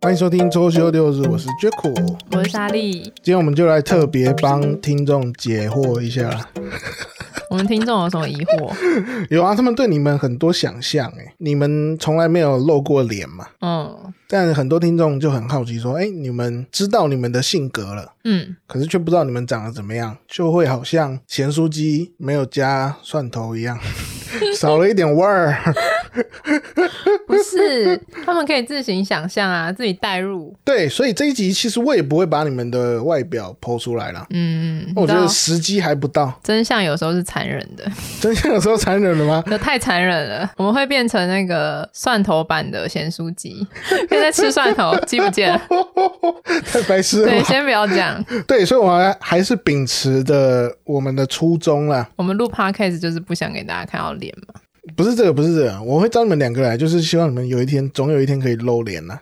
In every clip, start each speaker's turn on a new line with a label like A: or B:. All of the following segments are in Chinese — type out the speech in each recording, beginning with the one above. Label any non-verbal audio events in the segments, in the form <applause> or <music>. A: 欢迎收听周休六日，我是 Jaco。
B: 我是莎莉。
A: 今天我们就来特别帮听众解惑一下。
B: 我们听众有什么疑 <laughs> 惑？
A: 有啊，他们对你们很多想象，哎，你们从来没有露过脸嘛？
B: 嗯
A: 但很多听众就很好奇说，哎，你们知道你们的性格了，
B: 嗯，
A: 可是却不知道你们长得怎么样，就会好像咸酥鸡没有加蒜头一样， <laughs> 少了一点味儿。
B: 不是，他们可以自行想象啊，自己代入。
A: 对，所以这一集其实我也不会把你们的外表剖出来啦。
B: 嗯，
A: 我
B: 你
A: 觉
B: 知道
A: 得时机还不到，
B: 真相有时候是残忍的，
A: 真相有时候残忍了
B: <laughs>
A: 吗？
B: 那太残忍了。我们会变成那个蒜头版的咸酥 <laughs> 鸡，现在吃蒜头，鸡不 <laughs> 见了。
A: 太白痴了
B: 对，
A: 吧。
B: 先不要讲，
A: 对，所以我还还是秉持的我们的初衷啦，
B: 我们录 podcast 就是不想给大家看到脸嘛。
A: 不是这个，不是这个，我会招你们两个来，就是希望你们有一天，总有一天可以露脸呐、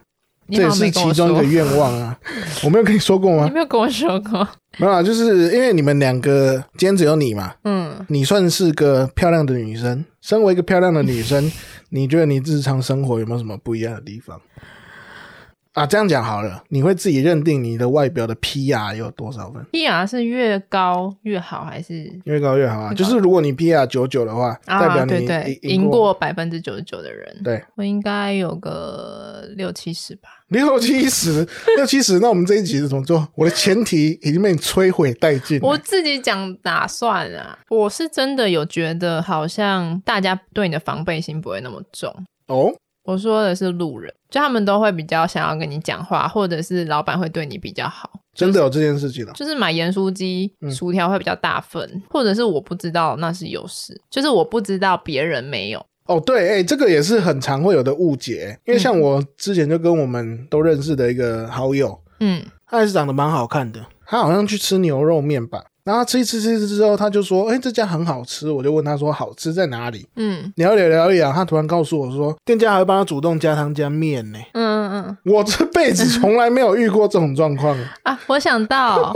B: 你
A: 这也
B: 好像
A: 是
B: 没跟
A: 其
B: 我
A: 中一
B: 说
A: 个，愿望啊。我没有跟你说嗯过
B: 你
A: 吗？
B: 没有跟我说过。
A: 没有啊，就是因为你们两个，今天只有你嘛，
B: 嗯，
A: 你算是个漂亮的女生。身为一个漂亮的女 <laughs> 生，你觉得你日常生活有没有什么不一样的地方？啊，这样讲好了，你会自己认定你的外表的 PR 有多少分？
B: PR 是越高越好还是？
A: 越高越好啊！就是如果你 PR 九九的话，代表
B: 嗯啊，
A: 你
B: 对对，
A: 赢
B: 赢过百分之九十九的人，
A: 对
B: 我应该有个六七十吧。
A: 六七十六七十。那我们这一集是怎么做？ <laughs> 我的前提已经被你摧毁殆尽了。
B: 我自己讲打算啊，我是真的有觉得好像大家对你的防备心不会那么重。
A: 哦，
B: 我说的是路人，就他们都会比较想要跟你讲话，或者是老板会对你比较好，
A: 真的有这件事情了、
B: 就是买盐酥鸡、
A: 嗯
B: 薯条会比较大份，或者是我不知道那是有事，就是我不知道别人没有。
A: 哦，对，哎、这个也是很常会有的误解，因为像我之前就跟我们都认识的一个好友，
B: 嗯，
A: 他还是长得蛮好看的，他好像去吃牛肉面吧。然后他吃一吃吃一吃之后，他就说：“哎、这家很好吃。”我就问他说：“好吃在哪里
B: 嗯？”
A: 聊一聊聊一聊，他突然告诉我说，店家还会帮他主动加汤加面呢、
B: 嗯嗯嗯
A: 我这辈子从来没有遇过这种状况。
B: 啊，我想到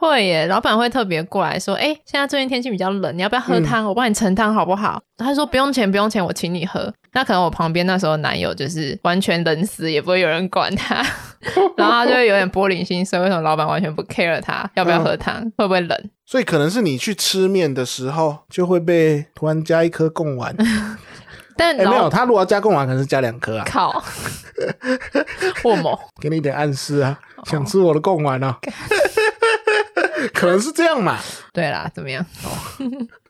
B: 会耶，老板会特别过来说，哎、现在最近天气比较冷，你要不要
A: 嗯
B: 喝汤？我帮你盛汤好不好？他说不用钱，不用钱，我请你喝。那可能我旁边那时候男友就是完全冷死，也不会有人管
A: <laughs>
B: 他，然后他就会有点玻璃心，所以为什么老板完全不 care 他要不
A: 嗯
B: 要喝汤，会不会冷？
A: 所以可能是你去吃面的时候，就会被突然加一颗贡丸。
B: 但
A: 哎、没有，
B: 老
A: 他如果要加贡丸，可能是加两颗
B: <laughs>
A: 啊， <laughs>
B: 靠，我某
A: 给你一点暗示啊，想吃我的贡丸啊，可能是这样嘛。
B: 对啦，怎么样？
A: 哦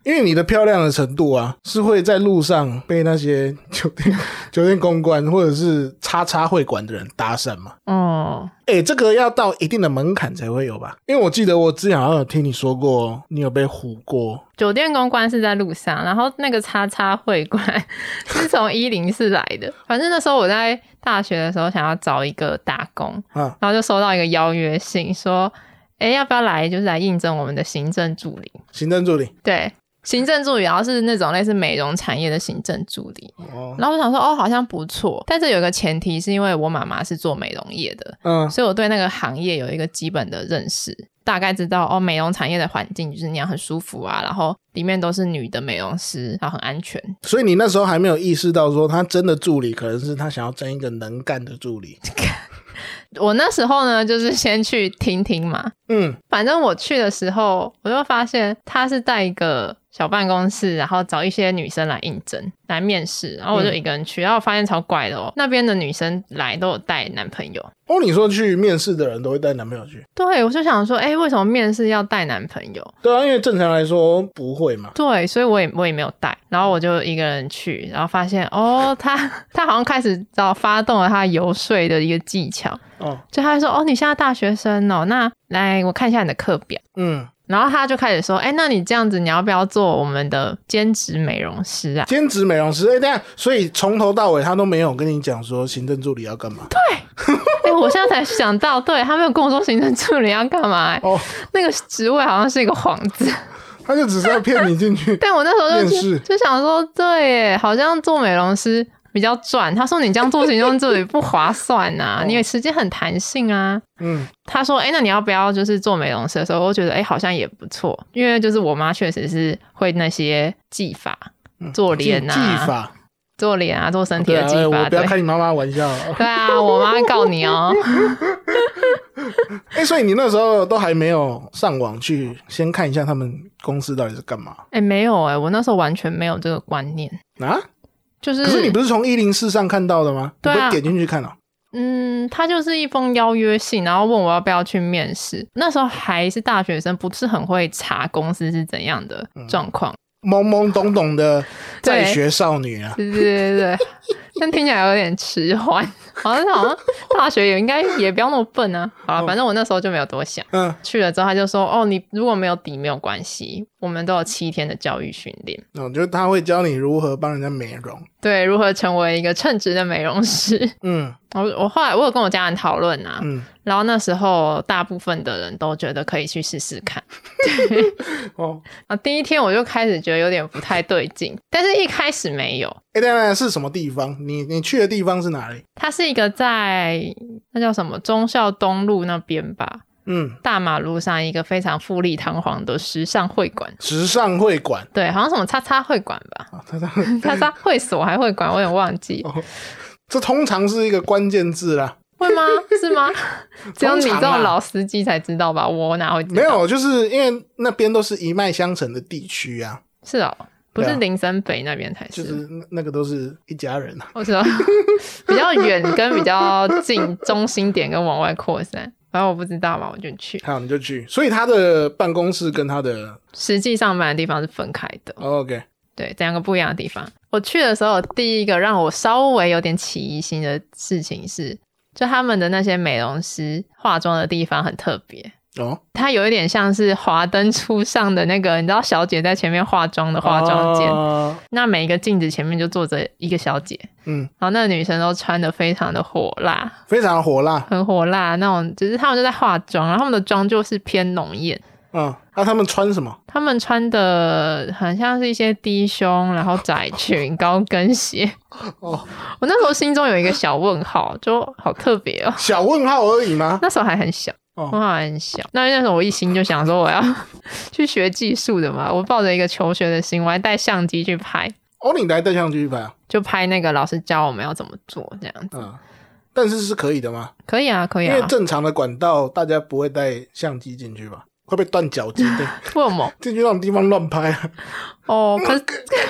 A: 因为你的漂亮的程度啊，是会在路上被那些酒店 <laughs> 酒店公关或者是叉叉会馆的人搭讪嘛。
B: 哦，
A: 哎、这个要到一定的门槛才会有吧？因为我记得我之前好像有听你说过，你有被唬过，
B: 酒店公关是在路上，然后那个叉叉会馆 <laughs> 是从一零四来的。反正那时候我在大学的时候想要找一个打工，
A: 啊
B: 然后就收到一个邀约信，说，哎，要不要来，就是来应征我们的行政助理？
A: 行政助理。
B: 对，行政助理，然后是那种类似美容产业的行政助理。
A: 哦，
B: 然后我想说，哦，好像不错，但是有一个前提是因为我妈妈是做美容业的，
A: 嗯，
B: 所以我对那个行业有一个基本的认识，大概知道哦，美容产业的环境就是那样很舒服啊，然后里面都是女的美容师，然后很安全。
A: 所以你那时候还没有意识到说，他真的助理可能是他想要争一个能干的助理。
B: 我那时候呢，就是先去听听嘛， <laughs>
A: 嗯，
B: 反正我去的时候，我就发现他是在一个小办公室，然后找一些女生来应征来面试，然后我就一个人去，然后我发现超怪的哦，那边的女生来都有带男朋友。
A: 哦，你说去面试的人都会带男朋友去？
B: 对，我就想说，哎，为什么面试要带男朋友？
A: 对啊，因为正常来说不会嘛。
B: 对，所以我也我也没有带，然后我就一个人去，然后发现哦，他 <laughs> 他好像开始找发动了他游说的一个技巧，
A: 哦，
B: 就他就说哦，你现在大学生哦，那来我看一下你的课表，
A: 嗯，
B: 然后他就开始说，哎，那你这样子你要不要做我们的兼职美容师啊？ <laughs>
A: 兼职美容师，哎、欸，但所以从头到尾他都没有跟你讲说行政助理要干嘛。
B: 哎，我现在才想到，对他没有跟我说行政助理要干嘛、哎
A: 哦，
B: 那个职位好像是一个幌子，。
A: 他就只是要骗你进去
B: <laughs> 但我那时候就
A: 面试
B: 就就想说，对耶，好像做美容师比较赚。他说你这样做 <laughs> 行政助理不划算呐、
A: 哦
B: 你时间很弹性啊。
A: 嗯，
B: 他说，哎、那你要不要就是做美容师的时候，我觉得哎、好像也不错，因为就是我妈确实是会那些技法，做
A: 嗯技
B: 脸啊，
A: 技法
B: 做脸啊，做身体
A: 对
B: 的
A: 啊，
B: 激
A: 哎
B: 发。
A: 我不
B: 对
A: 要开你妈妈玩笑哦。
B: 对啊，我妈会告你
A: <laughs>
B: 哦。
A: 哎，所以你那时候都还没有上网去先看一下他们公司到底是干嘛
B: 哎、没有哎、我那时候完全没有这个观念，
A: 啊？
B: 就是
A: 可是你不是从一零四上看到的吗？
B: 对啊
A: 你不是点进去看哦。
B: 嗯，他就是一封邀约信，然后问我要不要去面试。那时候还是大学生，不是很会查公司是怎样的状况。
A: 懵懵懂懂的在
B: 对
A: 学少女啊，
B: 对对对对，但听起来有点迟缓，好像好像大学也应该也不要那么笨啊。好了，反正我那时候就没有多想。
A: 嗯
B: 去了之后，他就说：“哦，你如果没有底没有关系，我们都有七天的教育训练，
A: 我觉得哦他会教你如何帮人家美容。
B: 对，如何成为一个称职的美容师。 <laughs>
A: 嗯
B: 我”我后来我有跟我家人讨论啊，
A: 嗯，
B: 然后那时候大部分的人都觉得可以去试试看。
A: 哦，
B: 啊，第一天我就开始觉得有点不太对劲，但是一开始没有。
A: 哎，当然是什么地方？你你去的地方是哪里？
B: 它是一个在那叫什么忠孝东路那边吧，
A: 嗯，
B: 大马路上一个非常富丽堂皇的时尚会馆，
A: 时尚会馆
B: 对，好像什么叉叉会馆吧，
A: 啊，他他 <laughs>
B: 叉叉会所还会馆，我有点忘记，
A: 哦这通常是一个关键字啦。
B: 会吗？
A: <laughs>
B: 是吗？只有你这
A: 通常啊
B: 种老司机才知道吧，我哪会知
A: 没，
B: 道？
A: 有，就是因为那边都是一脉相承的地区啊，
B: 是哦，不
A: 对
B: 是
A: 啊
B: 林森北那边才
A: 就
B: 是，
A: 是那那个都是一家人啊。
B: 我知道比较远跟比较近，中心点跟往外扩散。反正我不知道嘛，我就去。
A: 好，你就去。所以他的办公室跟他的哦
B: 实际上班的地方是分开的，
A: OK，
B: 对，两个不一样的地方。我去的时候，第一个让我稍微有点起疑心的事情是，就他们的那些美容师化妆的地方很特别，
A: 哦，
B: 它有一点像是华灯初上的那个，你知道小姐在前面化妆的化妆间，
A: 哦
B: 那每一个镜子前面就坐着一个小姐，
A: 嗯，
B: 然后那个女生都穿的非常的火辣，
A: 非常火辣。
B: 很火辣那种，只是他们就在化妆，然后他们的妆就是偏浓艳，
A: 嗯，那、他们穿什么？
B: 他们穿的很像是一些低胸，然后窄裙、高跟鞋。
A: 哦，
B: 我那时候心中有一个小问号，就好特别哦。
A: 小问号而已吗？
B: 那时候还很小，
A: 哦
B: 我还很小。那那时候我一心就想说我要去学技术的嘛，我抱着一个求学的心，我还带相机去拍，
A: 哦，你来带相机拍啊？
B: 就拍那个老师教我们要怎么做这样子。
A: 嗯，但是是可以的吗？
B: 可以啊，可以
A: 因为
B: 啊，
A: 正常的管道大家不会带相机进去吧？会被断脚筋的， <laughs>
B: 为什么？
A: 进去那种地方乱拍
B: <laughs>
A: 啊！
B: 哦，可是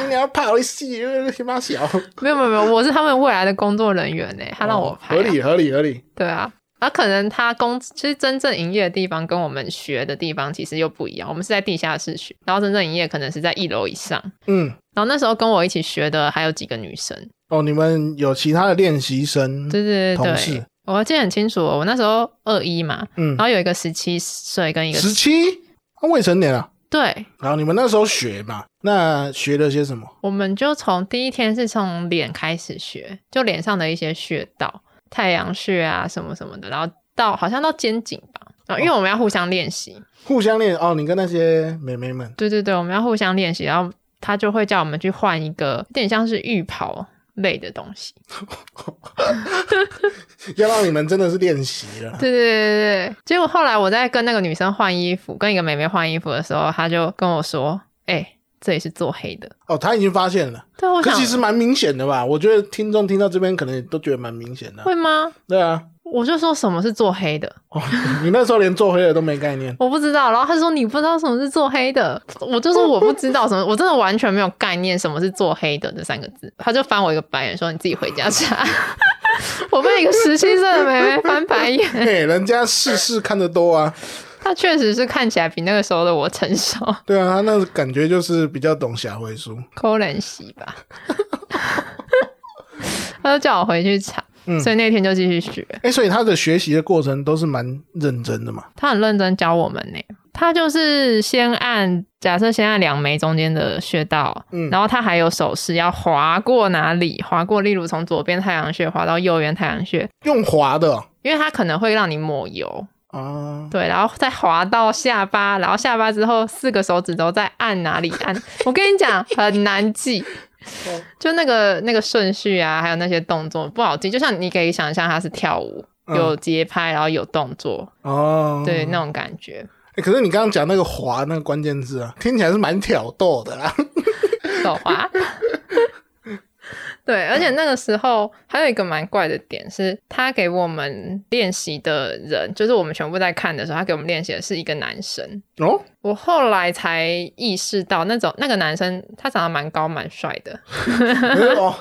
A: 你要怕我戏，他妈小，
B: 没有没有没有，我是他们未来的工作人员呢，他让我
A: 哦
B: 拍啊、
A: 合理合理合理。
B: 对啊，那、可能他工其实真正营业的地方跟我们学的地方其实又不一样，我们是在地下室学，然后真正营业可能是在一楼以上。
A: 嗯，
B: 然后那时候跟我一起学的还有几个女生，
A: 哦，你们有其他的练习生？
B: 对对对
A: 嗯同
B: 对
A: 事，
B: 我还记得很清楚哦、我那时候二一嘛，
A: 嗯
B: 然，后有一个十七岁跟一个
A: 十七，啊未成年啊。
B: 对，
A: 然后你们那时候学嘛，那学了些什么？
B: 我们就从第一天是从脸开始学，就脸上的一些穴道，太阳穴啊什么什么的，然后到好像到肩颈吧，啊，因为我们要互相练习。
A: 互相练哦，你跟那些妹妹们，
B: 对对对，我们要互相练习，然后他就会叫我们去换一个有点像是浴袍类的东西。
A: 要让你们真的是练习了。
B: 对对对对对。结果后来我在跟那个女生换衣服，跟一个妹妹换衣服的时候，她就跟我说：“哎、这里是做黑的。
A: 哦，他已经发现了，”
B: 对，我
A: 可
B: 想
A: 其实蛮明显的吧？我觉得听众听到这边可能也都觉得蛮明显的啊。
B: 会吗？
A: 对啊，
B: 我就说什么是做黑的，
A: 哦，你那时候连做黑的都没概念。
B: 我不知道。然后她说你不知道什么是做黑的，我就说我不知道什么，我真的完全没有概念什么是做黑的这三个字。她就翻我一个白眼，说你自己回家查。 <laughs> 我被一个实习生的妹妹翻白眼。
A: 嘿，人家世事看得多啊，
B: 他确实是看起来比那个时候的我成熟，
A: 对啊，他那个感觉就是比较懂霞辉书。
B: 抠人洗
A: <laughs>
B: 吧。他就叫我回去查，
A: 嗯
B: 所以那天就继续学。
A: 哎、所以他的学习的过程都是蛮认真的嘛。
B: 他很认真教我们呢、他就是先按假设先按两眉中间的穴道，
A: 嗯
B: 然后他还有手势要划过哪里，划过，例如从左边太阳穴划到右边太阳穴，
A: 用滑的哦
B: 因为他可能会让你抹油，
A: 啊，
B: 对，然后再滑到下巴，然后下巴之后四个手指头再按哪里按，我跟你讲很难记
A: 哦，
B: 就那个那个顺序啊，还有那些动作不好记，就像你可以想象它是跳舞，
A: 嗯
B: 有节拍，然后有动作，
A: 哦，
B: 对那种感觉，
A: 诶可是你刚刚讲那个滑那个关键啊 <laughs> 字啊，听起来是蛮挑逗的啦。
B: 手滑。对，而且那个时候还有一个蛮怪的点是，他给我们练习的人，就是我们全部在看的时候，他给我们练习的是一个男生。
A: 哦，
B: 我后来才意识到，那种那个男生他长得蛮高蛮帅的， <laughs>
A: 哦，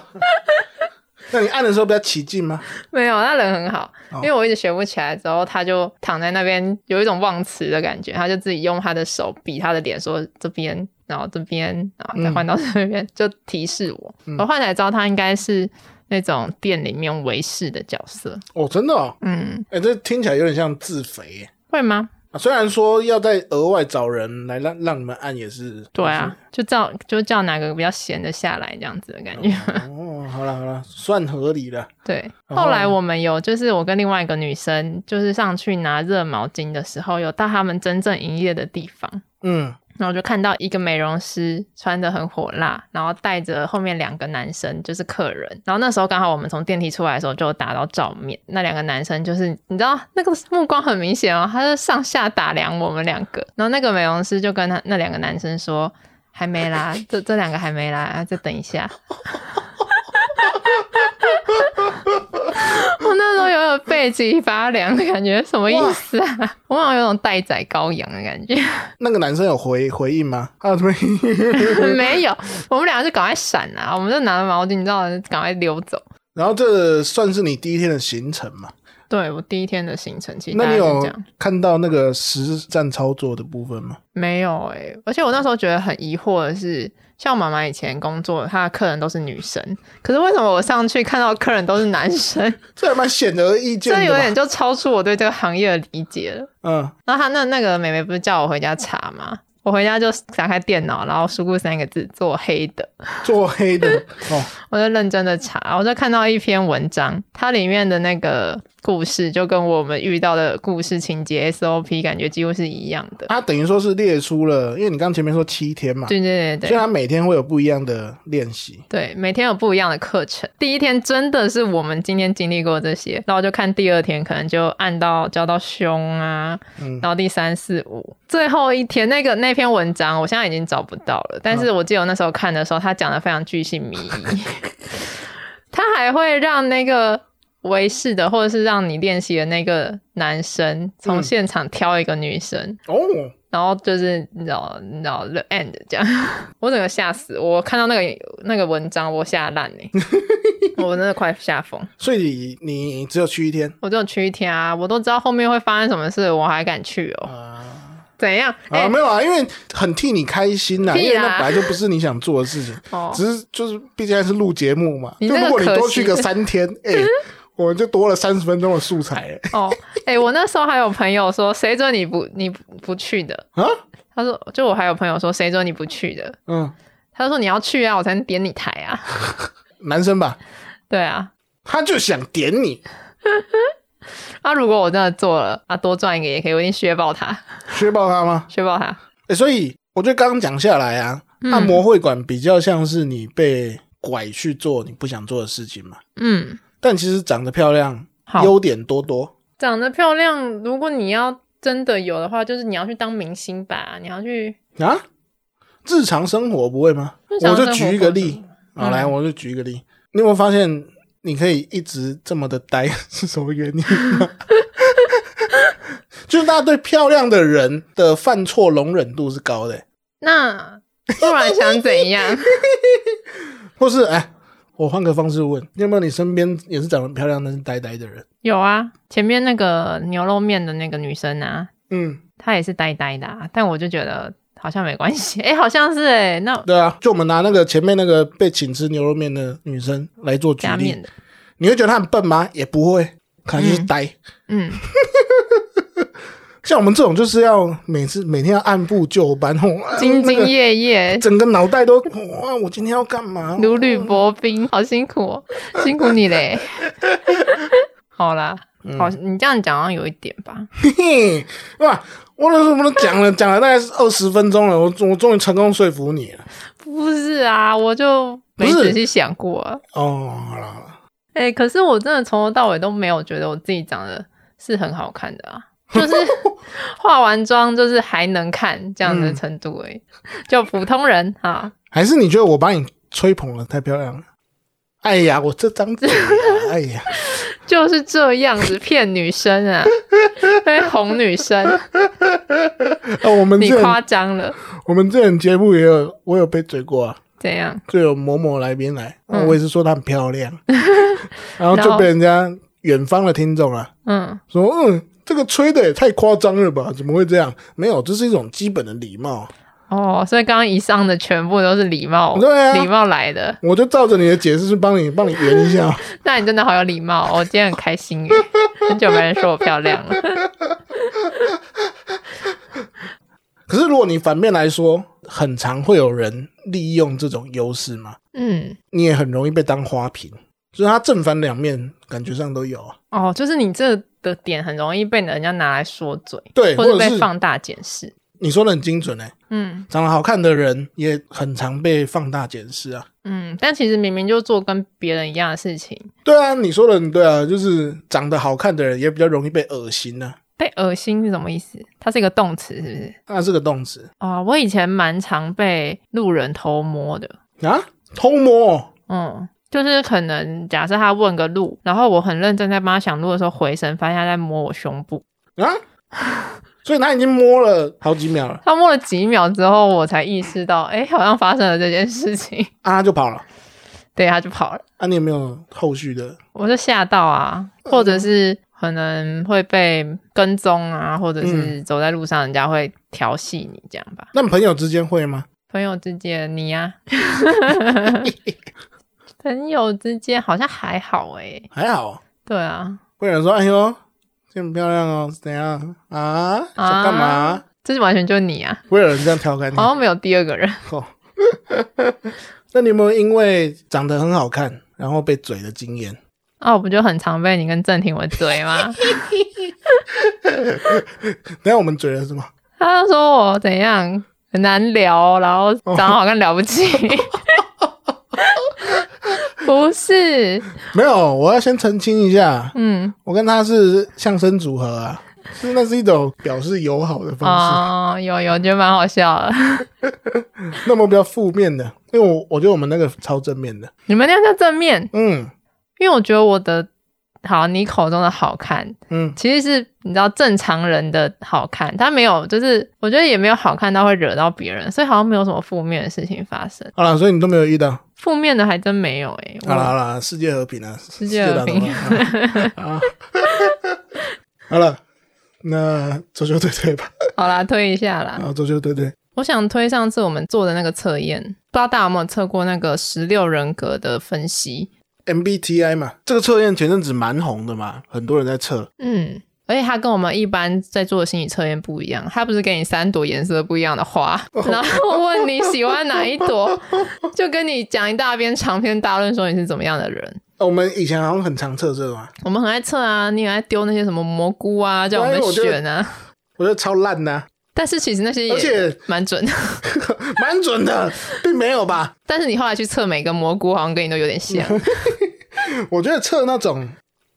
A: 那你按的时候比较起劲吗？
B: 没有，他人很好，
A: 哦
B: 因为我一直学不起来，之后他就躺在那边，有一种忘词的感觉，他就自己用他的手比他的脸，说这边，然后这边，然后再换到这边，就提示我。我后来才知道他应该是那种店里面维士的角色，
A: 哦，真的哦，
B: 嗯，
A: 哎、这听起来有点像自肥耶、
B: 会吗？
A: 啊虽然说要再额外找人来让让你们按也是，
B: 对啊，就叫就叫哪个比较闲的下来这样子的感觉。
A: 哦，好了好了，算合理了。
B: 对，
A: 然后
B: 后来我们有就是我跟另外一个女生，就是上去拿热毛巾的时候，有到他们真正营业的地方。
A: 嗯，
B: 然后我就看到一个美容师穿的很火辣，然后带着后面两个男生，就是客人。然后那时候刚好我们从电梯出来的时候就打到照面，那两个男生就是你知道那个目光很明显哦，他就上下打量我们两个。然后那个美容师就跟他那两个男生说：“还没啦，这这两个还没啦，啊，再等一下。” <laughs> 我那时候有点背脊发凉的感觉，什么意思啊？ <laughs> 我好像有种待宰羔羊的感觉。
A: 那个男生有回回应吗？ <laughs> 啊，对， <laughs>
B: <laughs> 没有，我们俩就赶快闪啊！我们就拿着毛巾，你知道，赶快溜走。
A: 然后这算是你第一天的行程嘛？
B: 对我第一天的行程，其实大
A: 那
B: 家
A: 你
B: 是
A: 有
B: 这样，
A: 看到那个实战操作的部分吗？
B: 没有哎、而且我那时候觉得很疑惑的是，像我妈妈以前工作，她的客人都是女生，可是为什么我上去看到客人都是男
A: <laughs>
B: 生？
A: 这还蛮显而易见
B: 这有
A: 的
B: 点
A: 吧？
B: 就超出我对这个行业的理解了。
A: 嗯，
B: 然后她那那个妹妹不是叫我回家查吗？我回家就打开电脑，然后输入三个字“做黑的”，
A: 做黑
B: <laughs>
A: 的哦，
B: 我就认真的查，我就看到一篇文章，它里面的那个故事就跟我们遇到的故事情节 SOP 感觉几乎是一样的。
A: 他等于说是列出了，因为你刚前面说七天嘛，
B: 对对对
A: 所以
B: 对
A: 他每天会有不一样的练习。
B: 对，每天有不一样的课程。第一天真的是我们今天经历过这些，然后我就看第二天可能就按到教到胸啊，
A: 嗯
B: 然后第三四五，最后一天那个那篇文章，我现在已经找不到了，但是我记得我那时候看的时候，他讲的非常具细迷遗， <laughs> 他还会让那个维士的或者是让你练习的那个男生从
A: 嗯
B: 现场挑一个女生，
A: 哦，
B: 然后就是你知道你知道 the end 这样， <laughs> 我整个吓死，我看到那个那个文章我吓烂哎、我真的快吓疯。
A: 所以你只有去一天
B: 我只有去一天啊，我都知道后面会发生什么事，我还敢去哦？
A: 啊、
B: 怎样？哎、
A: 啊，没有啊，因为很替你开心呐、
B: 屁啦
A: 因为那本来就不是你想做的事情，
B: <laughs> 哦，
A: 只是就是毕竟还是录节目嘛。
B: 你
A: 就
B: 那个
A: 如果你
B: 可惜
A: 多去个三天，哎、我们就多了三十分钟的素材、
B: <laughs>
A: 哎
B: 哦，哎、我那时候还有朋友说，谁准你不你不不去的？
A: 啊，
B: 他说，就我还有朋友说，谁准你不去的？
A: 嗯，
B: 他说你要去啊，我才能点你台啊。 <laughs>
A: 男生吧，
B: 对啊，
A: 他就想点
B: <laughs>
A: 你，
B: 那、啊如果我真的做了，啊，多赚一个也可以，我一定削爆他，
A: 削爆他吗？
B: 削爆他。
A: 哎、所以我觉得刚刚讲下来啊，
B: 嗯
A: 按摩会馆比较像是你被拐去做你不想做的事情嘛。
B: 嗯，
A: 但其实长得漂亮，
B: 好，
A: 优点多多。
B: 长得漂亮，如果你要真的有的话，就是你要去当明星吧，你要去。
A: 啊，日常生活不会吗？
B: 日常
A: 我
B: 生活
A: 就举一个例，
B: 嗯
A: 好来，我就举一个例。你有没有发现，你可以一直这么的呆 <laughs> 是什么原因吗？就是大家对漂亮的人的犯错容忍度是高的、
B: 那不然想怎样？ <laughs>
A: 或是哎，我换个方式问，你有没有你身边也是长得漂亮但是呆呆的人？
B: 有啊，前面那个牛肉面的那个女生啊，
A: 嗯，
B: 她也是呆呆的、啊，但我就觉得好像没关系。 <laughs> 哎、好像是哎、那
A: 对啊，就我们拿那个前面那个被请吃牛肉面的女生来做举
B: 加
A: 例
B: 面，的，
A: 你会觉得她很笨吗？也不会，可能就是呆。 <laughs>
B: 嗯，
A: 像我们这种就是要每次每天要按部就班，哦、啊
B: 兢
A: 那
B: 兢
A: 个
B: 业
A: <laughs>
B: 业，
A: 整个脑袋都哇、我今天要干嘛？哦
B: 如履薄冰，好辛苦哦，辛苦你嘞。
A: <laughs>
B: 好啦，
A: 嗯
B: 好，你这样讲好像有一点吧？
A: 嘿嘿，哇！我那时候我都讲了，讲了大概是二十分钟了，我我终于成功说服你了。
B: 不是啊，我就没
A: 不是
B: 仔细想过、啊。
A: 哦，好了好了，
B: 哎、可是我真的从头到尾都没有觉得我自己长得是很好看
A: <laughs>
B: 的啊，就是化完妆就是还能看这样的程度
A: 嗯
B: 而已，就普通人啊。
A: 还是你觉得我把你吹捧的太漂亮了？哎呀，我这张嘴、啊，哎呀，
B: 就是这样子骗女生
A: <laughs>
B: 啊，哎，哄女生，
A: 啊，我们
B: <laughs> 你
A: 之
B: 夸
A: 前
B: 张了，
A: 我们之前节目也有，我有被嘴过啊，
B: 怎样？
A: 就有某某来宾来，哦
B: 嗯
A: 我也是说她很漂亮，
B: <laughs>
A: 然后
B: 然
A: 就
B: 后
A: 被人家远方的听众啊
B: 嗯，
A: 说，嗯，这个吹的也太夸张了吧，怎么会这样？没有，这是一种基本的礼貌。
B: 哦，所以刚刚以上的全部都是礼貌，
A: 对啊
B: 礼貌来的。
A: 我就照着你的解释去帮你帮你圆一
B: <laughs>
A: 下，
B: 那你真的好有礼貌、哦，我今天很开
A: <laughs>
B: 心耶，很久没人说我漂亮了。
A: 可是如果你反面来说，很常会有人利用这种优势嘛，
B: 嗯，
A: 你也很容易被当花瓶，就是它正反两面感觉上都有啊。
B: 哦，就是你这的点很容易被人家拿来说嘴，
A: 对，或
B: 或者
A: 者
B: 被
A: 是
B: 放大检视。
A: 你说的很精准诶、
B: 嗯
A: 长得好看的人也很常被放大检视啊。
B: 嗯，但其实明明就做跟别人一样的事情，
A: 对啊，你说的很对啊，就是长得好看的人也比较容易被恶心啊。
B: 被恶心是什么意思？它是一个动词，是不是？
A: 那是个动词
B: 哦，我以前蛮常被路人偷摸的。
A: 啊，偷摸哦
B: 嗯，就是可能假设他问个路，然后我很认真在帮他想路的时候回神，发现他在摸我胸部。
A: 啊， <laughs> 所以他已经摸了好几秒了
B: 他摸了几秒之后，我才意识到，哎、好像发生了这件事情。 <laughs>
A: 啊，他就跑了
B: 对，他就跑了，
A: 啊，你有没有后续的？
B: 我就吓到啊，或者是可能会被跟踪啊，或者是走在路上人家会调戏你这样吧。
A: 那朋友之间会吗？
B: 朋友之间，你呀、朋友之间好像还好哎、
A: 还好，
B: 对啊，
A: 会有人说：“哎呦，这很漂亮哦，怎样啊？想干嘛？”
B: 啊这是完全就是你啊，
A: 会有人这样调侃你。
B: 好像没有第二个人。 <laughs>
A: 哦 <laughs> 那你有没有因为长得很好看，然后被嘴的经验？
B: 啊，我不就很常被你跟郑婷文嘴吗？ <laughs>
A: 等一下我们嘴了是吗？
B: 他就说我怎样很难聊哦，然后长得好看了不起。 <laughs> 不是，
A: 没有，我要先澄清一下，
B: 嗯
A: 我跟他是相声组合啊，是那是一种表示友好的方
B: 啊、哦，有有，觉得蛮好笑的。 <laughs>
A: 式。那么比较负面的，因为我我觉得我们那个超正面的，
B: 你们那样叫正面，
A: 嗯
B: 因为我觉得我的好，你口中的好看，
A: 嗯，
B: 其实是你知道正常人的好看，他没有，就是我觉得也没有好看到会惹到别人，所以好像没有什么负面的事情发生。
A: 好了，所以你都没有遇到，
B: 负面的还真没有诶、
A: 好了
B: 我
A: 好了，世界和平啊，世
B: 嗯界和平
A: 大同啊啊好了，那走就对对吧，
B: 好啦，推一下啦。
A: 啊，走就对对，
B: 我想推上次我们做的那个测验，不知道大家有没有测过那个十六人格的分析？
A: MBTI 嘛，这个测验前阵子蛮红的嘛，很多人在测。
B: 嗯，而且它跟我们一般在做的心理测验不一样，它不是给你三朵颜色不一样的花，
A: 哦
B: 然后问你喜欢哪一
A: <laughs>
B: 朵，就跟你讲一大篇长篇大论说你是怎么样的人。
A: 呃我们以前好像很常测这个嘛，
B: 我们很爱测啊，你很爱丢那些什么蘑菇啊，叫我们
A: 对哎我觉得
B: 选啊。
A: 我觉得超烂的、啊
B: 但是其实那些
A: 而且 <laughs>
B: 也蛮准的， <laughs>
A: 蛮准的，并没有吧？
B: 但是你后来去测每个蘑菇，好像跟你都有
A: <laughs>
B: 点像。
A: 我觉得测那种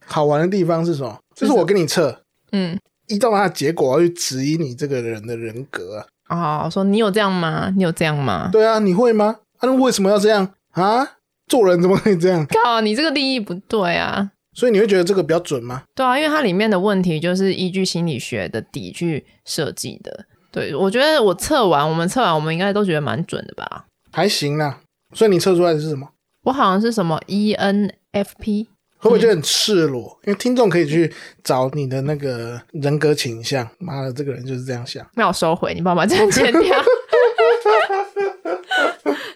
A: 好玩的地方是什么？就是我跟你测，
B: 嗯，
A: 依照它的结果我要去质疑你这个人的人格、啊。
B: 哦，说你有这样吗？你有这样吗？
A: 对啊，你会吗？啊，那为什么要这样啊？做人怎么可以这样？
B: 靠，啊你这个利益不对啊！
A: 所以你会觉得这个比较准吗？
B: 对啊，因为它里面的问题就是依据心理学的底去设计的。对，我觉得我测完，我们测完，我们应该都觉得蛮准的吧？
A: 还行啦。所以你测出来的是什么？
B: 我好像是什么 E ENFP，
A: 会不会就很赤裸？因为听众可以去找你的那个人格倾向。妈的，这个人就是这样想。
B: 那我收回，你帮我把这个剪掉。 <laughs>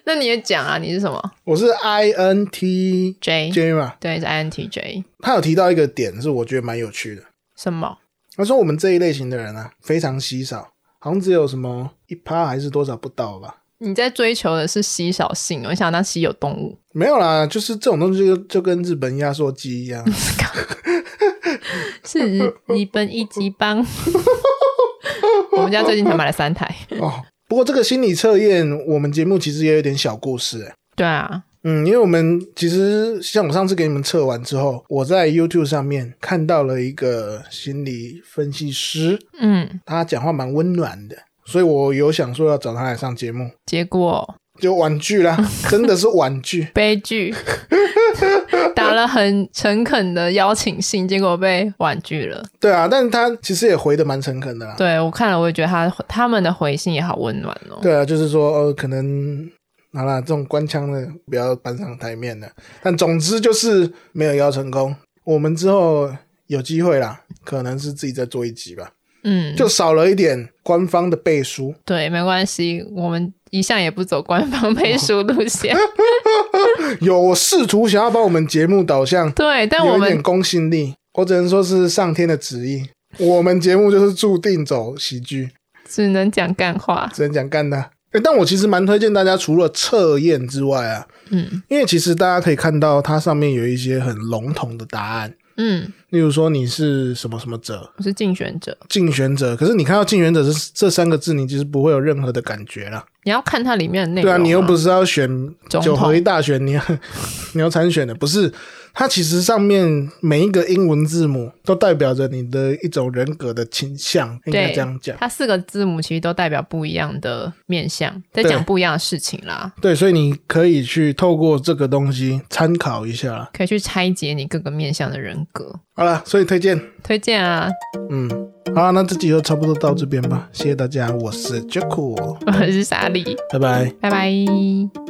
B: 那你也讲啊，你是什么
A: 我是 I N T
B: J？
A: J 嘛，
B: 对，是 INTJ。
A: 他有提到一个点是我觉得蛮有趣的。
B: 什么？
A: 他说我们这一类型的人啊，非常稀少，好像只有什么一趴还是多少不到吧？
B: 你在追求的是稀少性哦，你想当稀有动物？
A: 没有啦，就是这种东西就就跟日本压缩机一样，
B: <laughs> 是日日本一级棒。 <laughs> 我们家最近才买了三台。
A: 哦，不过这个心理测验，我们节目其实也有点小故事、欸。
B: 对啊，
A: 嗯，因为我们其实像我上次给你们测完之后，我在 YouTube 上面看到了一个心理分析师，
B: 嗯，
A: 他讲话蛮温暖的，所以我有想说要找他来上节目，
B: 结果
A: 就婉拒啦，真的是婉拒。
B: 悲剧，打了很诚恳的邀请信，结果被婉拒了。
A: 对啊，但是他其实也回的蛮诚恳的啦。
B: 对我看了，我也觉得他他们的回信也好温暖哦。
A: 对啊，就是说，呃，可能好啦，这种官腔的不要搬上台面了。但总之就是没有邀成功。我们之后有机会啦，可能是自己再做一集吧，
B: 嗯，
A: 就少了一点官方的背书。
B: 对，没关系，我们一向也不走官方
A: 哦
B: 背书路线。
A: <laughs> 有试图想要把我们节目导向
B: 对，但我
A: 有一
B: 们
A: 点公信力，我只能说是上天的旨意。我们节目就是注定走喜剧，
B: 只能讲干话。
A: 只能讲干的。诶但我其实蛮推荐大家，除了测验之外啊，
B: 嗯
A: 因为其实大家可以看到它上面有一些很笼统的答案，
B: 嗯，
A: 例如说你是什么什么者、
B: 我是竞选者，
A: 竞选者，可是你看到竞选者这这三个字，你其实不会有任何的感觉啦。
B: 你要看它里面的内容、
A: 对啊，你又不
B: 是
A: 是要选
B: 哎总统
A: 九合一大选，你要 <laughs> 你要参选的，不是？它其实上面每一个英文字母都代表着你的一种人格的倾向，应该
B: 对
A: 这样讲。
B: 它四个字母其实都代表不一样的面向，在
A: 对
B: 讲不一样的事情啦，
A: 对，所以你可以去透过这个东西参考一下啦。
B: 可以去拆解你各个面向的人格。
A: 好了，所以推荐，
B: 推荐啊，
A: 嗯，好啦，那这集就差不多到这边吧，谢谢大家，我是 Jack，
B: 我是莎莉，
A: 拜拜。
B: 拜拜。